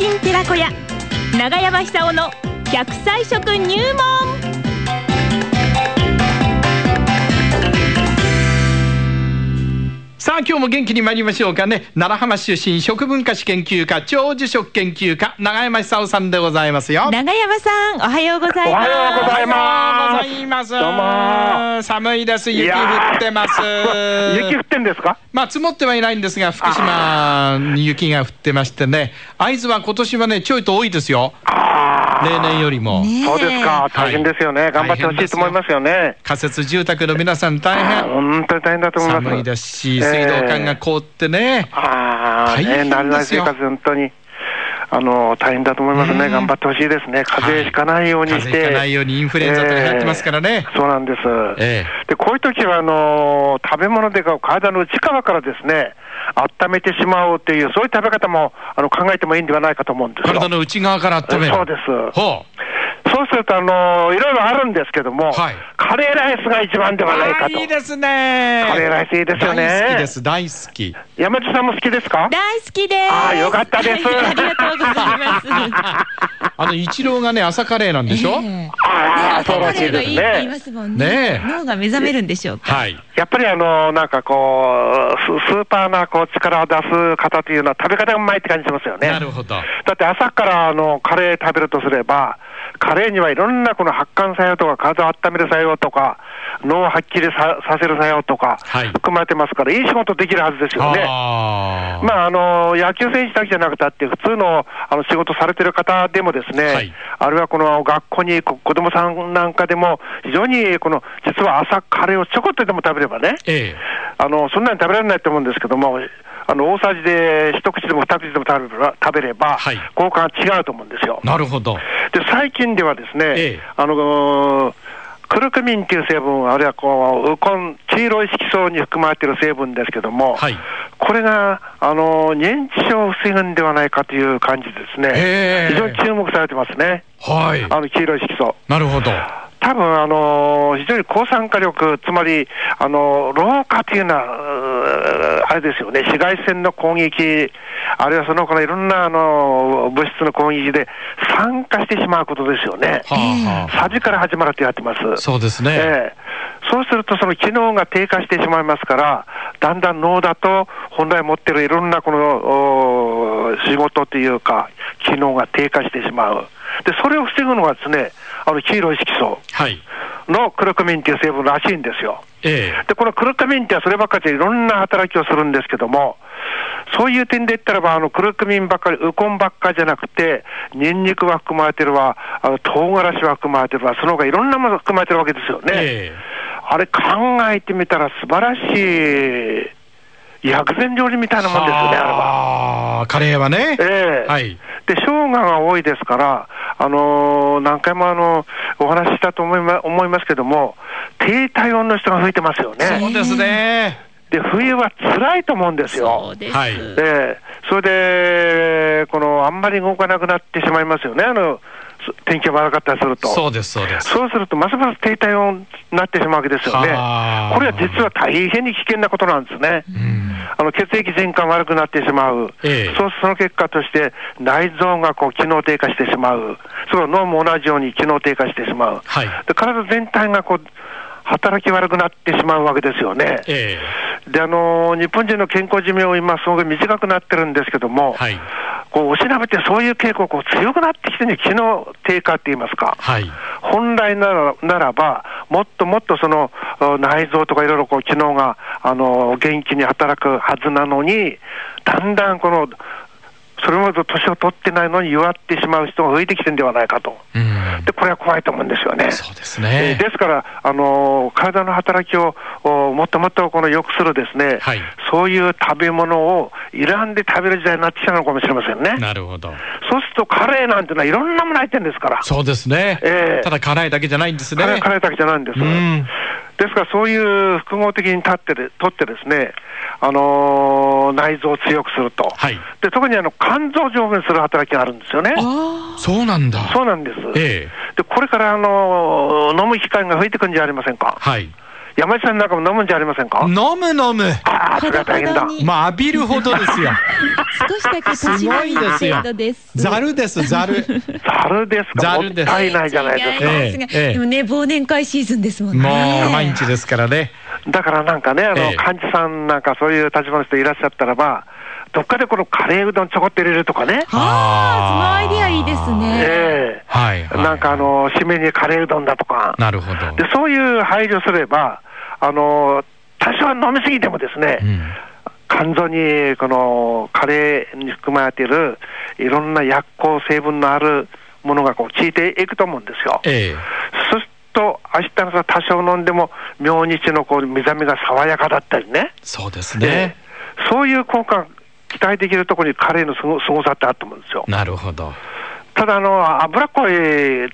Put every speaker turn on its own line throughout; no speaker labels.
屋長山久夫の100歳食入門
さあ今日も元気に参りましょうかね奈良浜市出身食文化史研究家長寿食研究家長山久夫さんでございますよ
長山さんおはようござい
お
ま
は
す
ようございま
おはようござ
す。
います
どうも
寒いです
い
雪降
やー
ってます
雪降ってんですか。
まあ積もってはいないんですが福島に雪が降ってましてね会津は今年はねちょいと多いですよ
あ
例年よりも、
ねえ
そうですか。大変ですよね。頑張ってほしいと思いますよね。
仮設住宅の皆さん大変
本当に大変だと思います。
寒いですし水道管が凍ってね、
ああ、
大変
ね、慣れな
で
い
すよ
生活、本当に。あの大変だと思います
ねえ
ね、頑張ってほしいですね、風邪ひかないようにして、
風邪ひかないようにインフルエンザとか流行ってますからね
ええそうなんです、
え
でこういう時はあの食べ物でか体の内側からですね、温めてしまおうという、そういう食べ方もあの考えてもいいんではないかと思うんですよ。
体の内側から温める
そうです
ほ
そうすると、あのいろいろあるんですけども、
はい
カレーライスが一番で
う
はない
あ
か
あ
と。
いいですね
カレーライスいいですよね
大好きです大好き
山地さんも好きですか
大好きです
あーよかったです
はい ありがとうございます
あの一郎がね朝カレーなんでし
え
ょ、
え
ああ、そう
朝
ら
カ
し
レ
い
ーが
で
いい
す
って言い
ね
ま。すもん
ね
ね
え
脳が目覚めるんでしょうか
はい
やっぱりあのなんかこう、ススーパーなこう力を出す方というのは、食べ方がうまいって感じしますよね。
なるほど
だって朝からあのカレー食べるとすれば、カレーにはいろんなこの発汗作用とか、体を温める作用とか、脳をはっきりささせる作用とか
はい、
含まれてますから、いい仕事できるはずですよね。
ああ
まあ、あの野球選手だけじゃなくたって、普通のあの仕事されてる方でも、ですね、
はい
あるいはこの学校にこ子供さんなんかでも、非常にこの実は朝、カレーをちょこっとでも食べればね、
ええ
あのそんなに食べられないと思うんですけども、あの大さじで一口でも二口でも食べれば、食べれば
はい
効果が違うと思うんですよ。
なるほど
で最近ではですね、
ええ
あのクルクミンっていう成分、あるいはこうウコン、黄色い色素に含まれている成分ですけども、
はい
これが、あの認知症を防ぐんではないかという感じですね、
ええ
非常に注目されてますね、
はい
あの黄色い色素。
なるほど
多分あの非常に抗酸化力、つまり、あの老化というのは、うーあれですよね、紫外線の攻撃、あるいはその他のいろんなあの物質の攻撃で、酸化してしまうことですよね。
はあ、はあ
サビから始まるってやってます。
そうですね、
ええそうすると、その機能が低下してしまいますから、だんだん脳だと、本来持ってるいろんなこのお仕事というか、機能が低下してしまう。で、それを防ぐのはですね、あの黄色い色素
はい
のクルクミンっていう成分らしいんですよ。
ええ
で、このクルクミンってはそればっかりでいろんな働きをするんですけども、そういう点で言ったらば、あの、クルクミンばっかり、ウコンばっかりじゃなくて、ニンニクは含まれてるわ、あの、唐辛子は含まれてるわ、その他いろんなものが含まれてるわけですよね。
ええ
あれ考えてみたら素晴らしい薬膳料理みたいなもんですよね、あれは。
ああカレーはね、
ええ
はい
で、生姜が多いですから、あのー何回もあのお話ししたと思い,、ま、思いますけども、低体温の人が吹いてますよ
そ
ね。
うですね、
で、冬は辛いと思うんです
そ
よ
う。です、
はい
で、それで、この、あんまり動かなくなってしまいますよね、あの、す天気が悪かったりすると。
そうですそうです
そうすると、ますます低体温になってしまうわけですよね
はあ。
これは実は大変に危険なことなんですね。
うん
あの血液全管悪くなってしまう、
ええ
そうその結果として、内臓がこう機能低下してしまう、それは脳も同じように機能低下してしまう、
はい
で体全体がこう働き悪くなってしまうわけですよね。
ええ
であの日本人の健康寿命、今、すごく短くなってるんですけども、
はい
こうおしなべてそういう傾向、こう強くなってきてるね、機能低下って言いますか、
はい
本来ならならば、もっともっとそのお内臓とかいろいろこう機能があの元気に働くはずなのに、だんだんこのそれほど年を取ってないのに弱ってしまう人が増えてきてるんではないかと、
うん
でこれは怖いと思うんですよね。
そうです
えー
ね
ですから、あのー体の働きをおもっともっとこの良くするですね、
はい
そういう食べ物を選んで食べる時代になってきたのかもしれませんね。
なるほど
そうするとカレーなんてのはいろんなもの入ってるんですから。
そうですね、
ええ
ただ辛いだけじゃないんですね
カレーカレーだけじゃないんです。
うん
ですから、そういう複合的に立ってで、取ってですね、あのー内臓を強くすると。
はい
で、特にあの、肝臓を上部にする働きがあるんですよね。
あ
そうなんだ
そうなんです。
ええ
で、これから、あのー飲む機会が増えてくるんじゃありませんか。
はい
山下さんなんかも飲むんじゃありませんか
飲む飲む。
ああ、それは大変だ。
に
まあ、浴びるほどですよ。
少しだけた
す
し
ご
ないみ
ですよ
程度です。。
ざるです、ざる。
ざるです
ざ
か。も
る
っ
です
たいないじゃないです
違
か。
ええ
ますが
ええ
でもね、忘年会シーズンですもんね。
もう、毎日ですからね。
だからなんかね、あ
え
の
え
幹事さんなんかそういう立場の人いらっしゃったらば、どっかでこのカレーうどんちょこっと入れるとかね、
ああ、そのアイディアいいですね。
え
はい、
え
はい。
なんかあ、の締めにカレーうどんだとか、
なるほど。
でそういう配慮すれば、あの多少飲みすぎてもですね、
うん
肝臓にこのカレーに含まれているいろんな薬効成分のあるものがこう効いていくと思うんですよ。
ええ。
そうすると、明日の朝多少飲んでも、明日のこう目覚めが爽やかだったりね。
そうです
え
ね。
えそういう効果、期待できるところにカレーのすごすごさってあると思うんですよ。
なるほど。
ただあの、脂っこいつ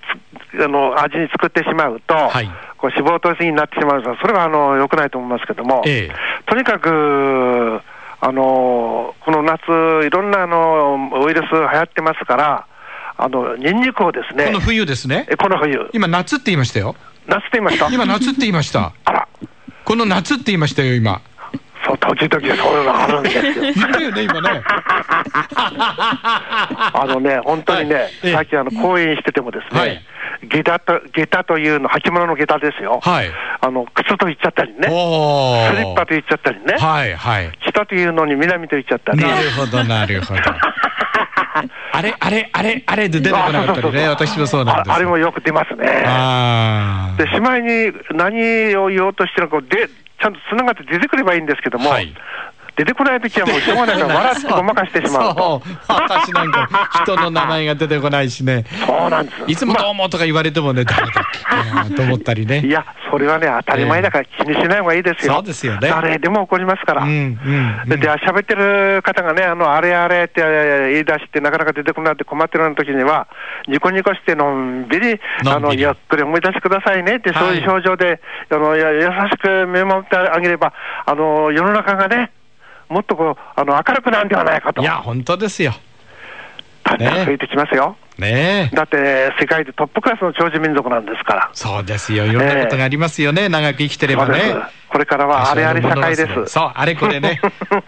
あの味に作ってしまうと、
はい
こう脂肪糖すぎになってしまうと、それはあの良くないと思いますけども、
ええ
とにかく、あのこの夏、いろんなあのウイルス流行ってますから、あのニンニクをですね
この、冬ですね。
えこの冬、
今、夏って言いましたよ。
夏って言いました。
今、夏って言いました。
あら、
この夏って言いましたよ、今。
そう、時々そういうのあるんです よ。
言ったよね、今ね。
あのね、本当にね、
はいええ
さっきあの講演しててもですね、
はい
下駄と下駄というの、履物の下駄ですよ、
はい
あの靴と言っちゃったりね、
おー
スリッパと言っちゃったりね、
はい、はい。
北というのに南と言っちゃったり、
なるほど、なる ほど。あれ、あれ、あれ、あれで出てこなかったりね、
あそう
私
そう
もそうなん
あ
です。
あれもよく出ますね。
あ
で、しまいに何を言おうとしてるのか、でちゃんとつながって出てくればいいんですけども、
はい
出てこないときはもうしょうがないから、笑ってごまかしてしまうと。
そう私なんか人の名前が出てこないしね。
そうなんです。
いつもどうもとか言われてもね、誰だっけかなと思ったり
い
ね。
や、それはね、当たり前だから気にしない方がいいですよ。
そうですよね
誰でも怒りますから。
うんうんうん
で、喋ってる方がね、あの、あれあれって言い出して、なかなか出てこなくて困ってるような時には、ニコニコしてのんびり、あ
のん
の、
びり
ゆっくり思い出してくださいねって、そういう表情で、あの、や優しく見守ってあげれば、あの、世の中がね、もっとこう、あの、明るくなるんではないかと。
いや、本当ですよ。
だんだん増えてきますよ。
ねえ。
だって、世界でトップクラスの長寿民族なんですから。
そうですよ。いろんなことがありますよね。長く生きてれば
そう
ね
です。これからはあれあれ社会です。。
そう、あれこれね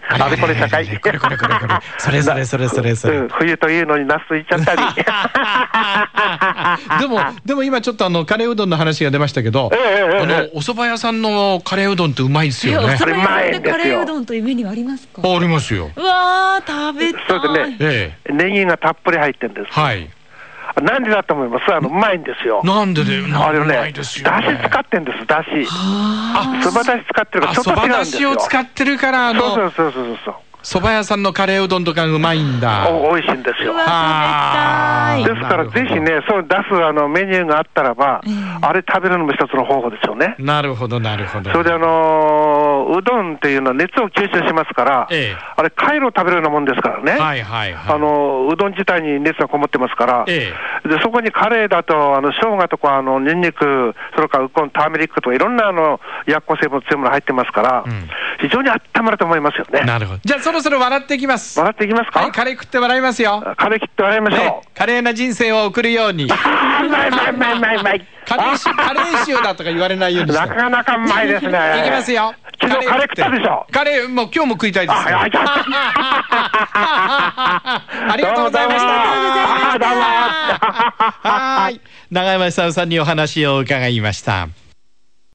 あれこれ社会
あれこれこれこれこれ。それそれそれそれそれ
うん。冬というのに夏と言っちゃったり。
でも、でも今ちょっとあの、カレーうどんの話が出ましたけど、
ええええ
あの、お蕎麦屋さんのカレーうどんってうまいです
え、
よ
お
ね
蕎。麦屋
あれ
さ
前
ん
で
です
よ
カレーうどんというメニューありますか。
あありますよ。
うわー、食べたい。
それでね
ええ。
ネギがたっぷり入ってるんです。
はい。
なんでだと思いますあの、うまいんですよ。
なんでで、な
あ
ん
れ
で
を
うまい
ね、
で
だ
す
し
よ、ね。
使ってんです、だし。
あ
そばだし使ってるから、
あ、
ちょっ
そ
と
ば
違うんで
だ
す
し
よ。
を使ってるから、あ
そうそ
の
う、そうそうそう。
蕎麦屋さんのカレーうどんとかうまいんだ。
お美味しいんですよ
う。わ
あ
ー、
で
食べたい。
ー
すか
な
ら、
るほど
ぜひね、そう出すあのメニューがあったらば、あれ食べるのも一つの方法ですよね。
なるほど、なるほど。
それであのーうどんっていうのは熱を吸収しますから、
ええ
あれ、回路を食べるようなもんですからね、
はいはいはい。
あのーうどん自体に熱がこもってますから、
え
でそこにカレーだと、あの生姜とかあのニンニク、それからウコン、ターメリックとか、いろんなあの薬効成分強いもの入ってますから、
ん
非常に温まると思いますよね。
なるほど。じゃあそろそろ笑っていきます。
笑っていきますか、
はい、カレー食って笑いますよ。
カレー切って笑いましょう。
ね、華麗な人生を送るように。
あーうまいうまいうまいうまいうまい。
カレー臭、カレー臭だとか言われないようにして。
なかなかうまいですね。
いきますよ。
昨日カレー食ったでしょ。
カレー、もう今日も食いたいですよ。
あいやいや
ありがとうございました。
どうもどうも
はーい。長山久夫さんにお話を伺いました。